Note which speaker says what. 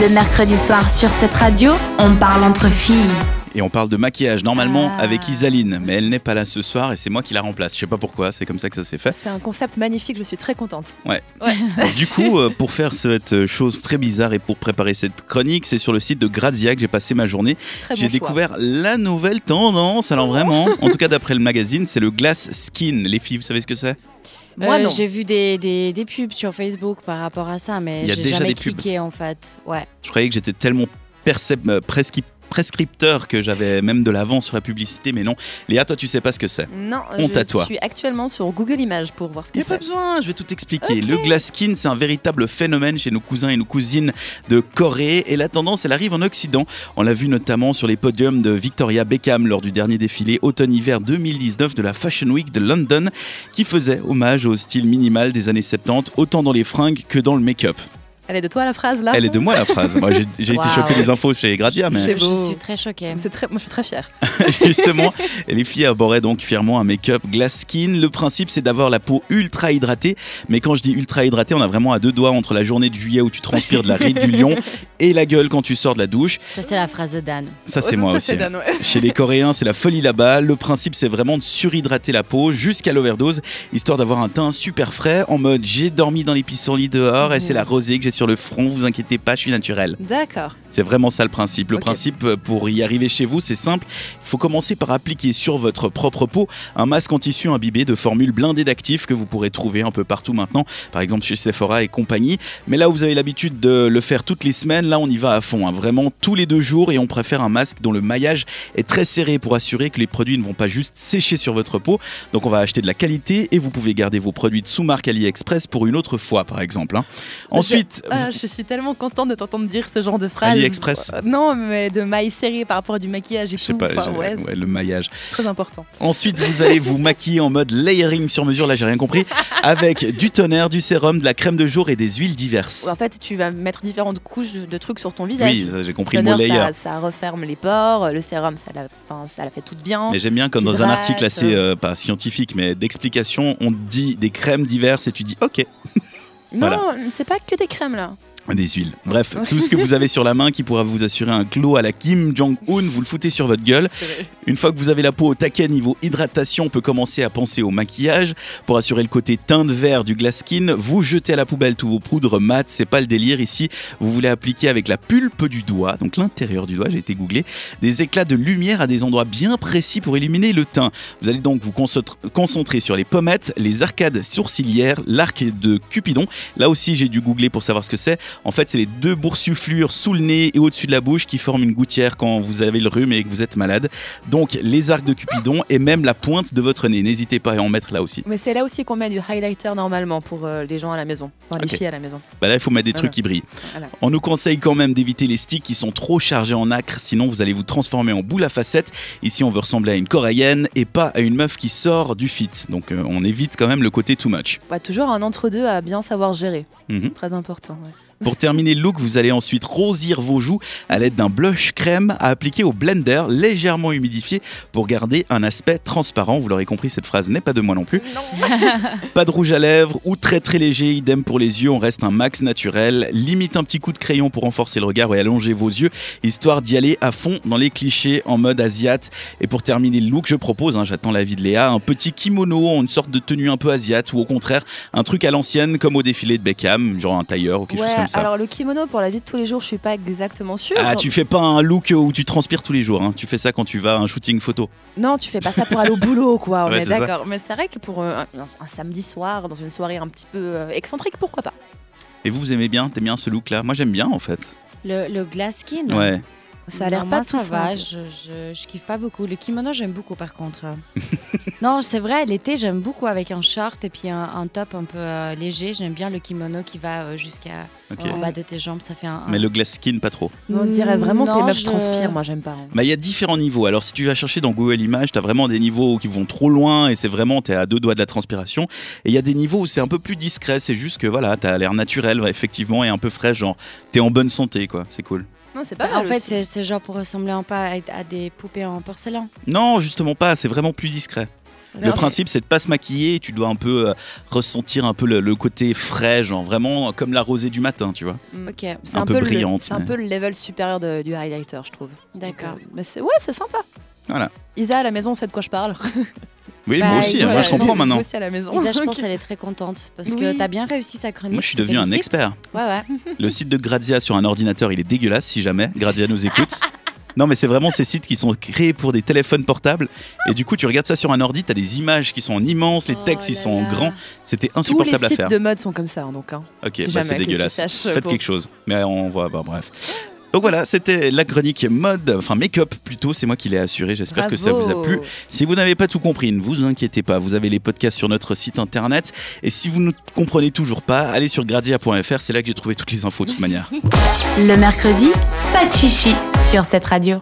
Speaker 1: Le mercredi soir sur cette radio, on parle entre filles.
Speaker 2: Et on parle de maquillage normalement
Speaker 3: Ah.
Speaker 2: avec Isaline, mais elle n'est pas là ce soir et c'est moi qui la remplace. Je sais pas pourquoi, c'est comme ça que ça s'est fait.
Speaker 3: C'est un concept magnifique, je suis très contente.
Speaker 2: Alors, du coup, euh, pour faire cette chose très bizarre et pour préparer cette chronique, c'est sur le site de Grazia que j'ai passé ma journée.
Speaker 3: Très bon
Speaker 2: J'ai
Speaker 3: choix. Oh.
Speaker 2: découvert la nouvelle tendance. Alors vraiment, en tout cas d'après le magazine, c'est le glass skin. Les filles, vous savez ce que c'est
Speaker 3: Moi,
Speaker 4: Euh,
Speaker 3: non.
Speaker 4: J'ai vu des, des, des pubs sur Facebook par rapport à ça, mais
Speaker 2: Il y a
Speaker 4: j'ai
Speaker 2: déjà
Speaker 4: jamais
Speaker 2: des pubs.
Speaker 4: cliqué en fait. Ouais.
Speaker 2: Je croyais que j'étais tellement percep- euh, prescri- prescripteur que j'avais même de l'avance sur la publicité, mais non. Léa, toi, tu sais pas ce que c'est.
Speaker 3: Non,
Speaker 2: Honte
Speaker 3: je
Speaker 2: à toi.
Speaker 3: suis actuellement sur Google Images pour voir ce
Speaker 2: Il
Speaker 3: que
Speaker 2: a pas
Speaker 3: c'est.
Speaker 2: besoin, je vais tout expliquer. Le glass skin, c'est un véritable phénomène chez nos cousins et nos cousines de Corée. Et la tendance, elle arrive en Occident. On l'a vu notamment sur les podiums de Victoria Beckham lors du dernier défilé automne-hiver 2019 de la Fashion Week de London, qui faisait hommage au style minimal des années 70, autant dans les fringues que dans le make-up.
Speaker 3: Elle est de toi la phrase là
Speaker 2: Elle est de moi la phrase. Moi, j'ai j'ai été
Speaker 4: Waouh.
Speaker 2: choper les infos chez Gradia, mais.
Speaker 3: C'est beau.
Speaker 4: Je suis très choquée.
Speaker 3: C'est très, moi, je suis très fière.
Speaker 2: Justement, et les filles arboraient donc fièrement un make-up glass skin. Le principe, c'est d'avoir la peau ultra hydratée. Mais quand je dis ultra hydratée, on a vraiment à deux doigts entre la journée de juillet où tu transpires de la ride du lion et la gueule quand tu sors de la douche.
Speaker 4: Ça, c'est la phrase de Dan.
Speaker 2: Ça, c'est moi aussi.
Speaker 3: Oh,
Speaker 2: hein.
Speaker 3: Dan, ouais.
Speaker 2: Chez les Coréens, c'est la folie là-bas. Le principe, c'est vraiment de surhydrater la peau jusqu'à l'overdose, histoire d'avoir un teint super frais, en mode j'ai dormi dans les pissenlits dehors et c'est la rosée que j'ai sur le front. Vous inquiétez pas, je suis naturelle.
Speaker 3: D'accord.
Speaker 2: C'est vraiment ça le principe. Le
Speaker 3: Ok.
Speaker 2: principe euh, pour y arriver chez vous, c'est simple. Il faut commencer par appliquer sur votre propre peau un masque en tissu imbibé de formules blindées d'actifs que vous pourrez trouver un peu partout maintenant, par exemple chez Sephora et compagnie. Mais là où vous avez l'habitude de le faire toutes les semaines, là on y va à fond, hein. vraiment tous les deux jours et on préfère un masque dont le maillage est très serré pour assurer que les produits ne vont pas juste sécher sur votre peau. Donc on va acheter de la qualité et vous pouvez garder vos produits de sous-marque AliExpress pour une autre fois, par exemple. hein. Ensuite,
Speaker 3: Ah, je suis tellement contente de t'entendre dire ce genre de phrase.
Speaker 2: AliExpress.
Speaker 3: Euh, Non, mais de maille serrée par rapport à du maquillage et
Speaker 2: je sais
Speaker 3: tout.
Speaker 2: pas,
Speaker 3: Enfin,
Speaker 2: j'ai-
Speaker 3: ouais,
Speaker 2: ouais, le maillage.
Speaker 3: c'est très important.
Speaker 2: Ensuite, vous allez vous maquiller en mode layering sur mesure, là j'ai rien compris, avec du tonnerre, du sérum, de la crème de jour et des huiles diverses.
Speaker 3: En fait, tu vas mettre différentes couches de trucs sur ton visage.
Speaker 2: Oui, ça, j'ai compris le mot
Speaker 3: L'honneur,
Speaker 2: layer.
Speaker 3: ça, ça referme les pores. Le sérum, ça la, enfin, ça la fait toute bien.
Speaker 2: Mais j'aime bien comme dans un
Speaker 3: T'hydrate,
Speaker 2: article assez, euh, pas scientifique, mais d'explication, on te dit des crèmes diverses et tu dis ok,
Speaker 3: Non,
Speaker 2: voilà.
Speaker 3: c'est pas que des crèmes là.
Speaker 2: des huiles. Bref, tout ce que vous avez sur la main qui pourra vous assurer un glow à la Kim Jong-un, vous le foutez sur votre gueule. Une fois que vous avez la peau au taquet niveau hydratation, on peut commencer à penser au maquillage. Pour assurer le côté teint de vert du glass skin, vous jetez à la poubelle tous vos poudres mates, c'est pas le délire ici. Vous voulez appliquer avec la pulpe du doigt, donc l'intérieur du doigt, j'ai été googlé, des éclats de lumière à des endroits bien précis pour illuminer le teint. Vous allez donc vous concentre- concentrer sur les pommettes, les arcades sourcilières, l'arc de Cupidon. Là aussi, j'ai dû googler pour savoir ce que c'est. En fait, c'est les deux boursouflures sous le nez et au-dessus de la bouche qui forment une gouttière quand vous avez le rhume et que vous êtes malade. Donc les arcs de Cupidon et même la pointe de votre nez. N'hésitez pas à en mettre là aussi.
Speaker 3: Mais c'est là aussi qu'on met du highlighter normalement pour euh, les gens à la maison, enfin,
Speaker 2: Ok.
Speaker 3: les filles à la maison.
Speaker 2: Bah là, il faut mettre des
Speaker 3: Voilà.
Speaker 2: trucs qui brillent.
Speaker 3: Voilà.
Speaker 2: On nous conseille quand même d'éviter les sticks qui sont trop chargés en acre, sinon vous allez vous transformer en boule à facettes. Ici, on veut ressembler à une coréenne et pas à une meuf qui sort du fit. Donc euh, on évite quand même le côté too much.
Speaker 3: Bah, toujours un entre-deux à bien savoir gérer,
Speaker 2: Mhm.
Speaker 3: très important. ouais.
Speaker 2: Pour terminer le look, vous allez ensuite rosir vos joues à l'aide d'un blush crème à appliquer au blender légèrement humidifié pour garder un aspect transparent. Vous l'aurez compris, cette phrase n'est pas de moi non plus. pas de rouge à lèvres ou très très léger, idem pour les yeux, on reste un max naturel. Limite un petit coup de crayon pour renforcer le regard et allonger vos yeux, histoire d'y aller à fond dans les clichés en mode asiate. Et pour terminer le look, je propose, hein, j'attends l'avis de Léa, un petit kimono en une sorte de tenue un peu asiate ou au contraire un truc à l'ancienne comme au défilé de Beckham, genre un tailleur ou quelque chose
Speaker 3: Ouais,
Speaker 2: comme ça.
Speaker 3: alors le kimono pour la vie de tous les jours, je suis pas exactement sûre.
Speaker 2: Ah, tu fais pas un look où tu transpires tous les jours, hein. tu fais ça quand tu vas à un shooting photo.
Speaker 3: Non, tu fais pas ça pour aller au boulot, quoi. On
Speaker 2: Ouais,
Speaker 3: est
Speaker 2: c'est ça.
Speaker 3: d'accord. Mais c'est vrai que pour euh, un, un samedi soir, dans une soirée un petit peu euh, excentrique, pourquoi pas
Speaker 2: Et vous, vous aimez bien T'aimes bien ce look-là Moi, j'aime bien en fait.
Speaker 4: Le, le glass skin
Speaker 2: Ouais.
Speaker 3: Ça a l'air
Speaker 4: Non,
Speaker 3: pas
Speaker 4: moi,
Speaker 3: tout
Speaker 4: ça va,
Speaker 3: simple.
Speaker 4: je, je, je kiffe pas beaucoup. Le kimono, j'aime beaucoup par contre. non, c'est vrai, l'été, j'aime beaucoup avec un short et puis un, un top un peu euh, léger. J'aime bien le kimono qui va euh, jusqu'à
Speaker 2: Ok.
Speaker 4: en bas de tes jambes. Ça fait un. un-
Speaker 2: Mais le glass skin, pas trop.
Speaker 3: On dirait vraiment que les
Speaker 4: Non,
Speaker 3: meufs
Speaker 4: je-
Speaker 3: transpirent, moi j'aime pas. hein.
Speaker 2: Bah, il y a différents niveaux. Alors, si tu vas chercher dans Google Images, t'as vraiment des niveaux qui vont trop loin et c'est vraiment, t'es à deux doigts de la transpiration. Et il y a des niveaux où c'est un peu plus discret, c'est juste que voilà, t'as l'air naturel, ouais, effectivement, et un peu frais, genre, t'es en bonne santé, quoi. C'est cool.
Speaker 3: Non, c'est pas
Speaker 4: Bah,
Speaker 3: mal
Speaker 4: en fait,
Speaker 3: aussi.
Speaker 4: c'est c'est genre pour ressembler un peu à, à des poupées en porcelaine.
Speaker 2: Non, justement pas, c'est vraiment plus discret. Le principe, c'est de pas se maquiller. Tu dois un peu euh, ressentir un peu le, le côté frais, genre vraiment euh, comme la rosée du matin, tu vois.
Speaker 4: Ok,
Speaker 3: C'est
Speaker 2: un peu
Speaker 3: le-
Speaker 2: brillante,
Speaker 3: C'est un
Speaker 2: mais-
Speaker 3: peu le level supérieur de- du highlighter, je trouve.
Speaker 4: d'accord.
Speaker 3: Donc, euh, mais c'est- ouais, c'est sympa.
Speaker 2: Voilà.
Speaker 3: Isa à la maison, sait de quoi je parle.
Speaker 2: Oui,
Speaker 4: Bah,
Speaker 2: moi aussi,
Speaker 4: écoute,
Speaker 2: hein, moi je
Speaker 4: euh,
Speaker 2: comprends
Speaker 4: non,
Speaker 2: maintenant.
Speaker 3: Moi aussi à la maison.
Speaker 4: Isa, je pense
Speaker 3: Ok.
Speaker 4: qu'elle est très contente parce
Speaker 3: Oui.
Speaker 4: que t'as bien réussi sa chronique.
Speaker 2: Moi je suis
Speaker 4: te
Speaker 2: devenu un
Speaker 4: félicite.
Speaker 2: expert.
Speaker 4: Ouais, ouais.
Speaker 2: Le site de Grazia sur un ordinateur, il est dégueulasse si jamais Grazia nous écoute. Non mais c'est vraiment ces sites qui sont créés pour des téléphones portables et du coup tu regardes ça sur un ordi, t'as des images qui sont en immense, les textes
Speaker 4: Oh
Speaker 2: ils
Speaker 4: là
Speaker 2: sont en
Speaker 4: là.
Speaker 2: grand, c'était
Speaker 3: Tous les
Speaker 2: insupportable à
Speaker 3: sites
Speaker 2: faire.
Speaker 3: de mode sont comme ça, hein, donc. hein.
Speaker 2: Ok,
Speaker 3: Si
Speaker 2: bah,
Speaker 3: jamais
Speaker 2: c'est
Speaker 3: que tu
Speaker 2: dégueulasse.
Speaker 3: saches,
Speaker 2: Faites
Speaker 3: pour-
Speaker 2: quelque chose. Mais on voit, bah, bref. Donc voilà, c'était la chronique mode, enfin make-up plutôt, c'est moi qui l'ai assuré, j'espère que ça vous a plu.
Speaker 3: Bravo.
Speaker 2: Si vous n'avez pas tout compris, ne vous inquiétez pas, vous avez les podcasts sur notre site internet. Et si vous ne comprenez toujours pas, allez sur gradia.fr, c'est là que j'ai trouvé toutes les infos de toute manière.
Speaker 1: Le mercredi, pas de chichi sur cette radio.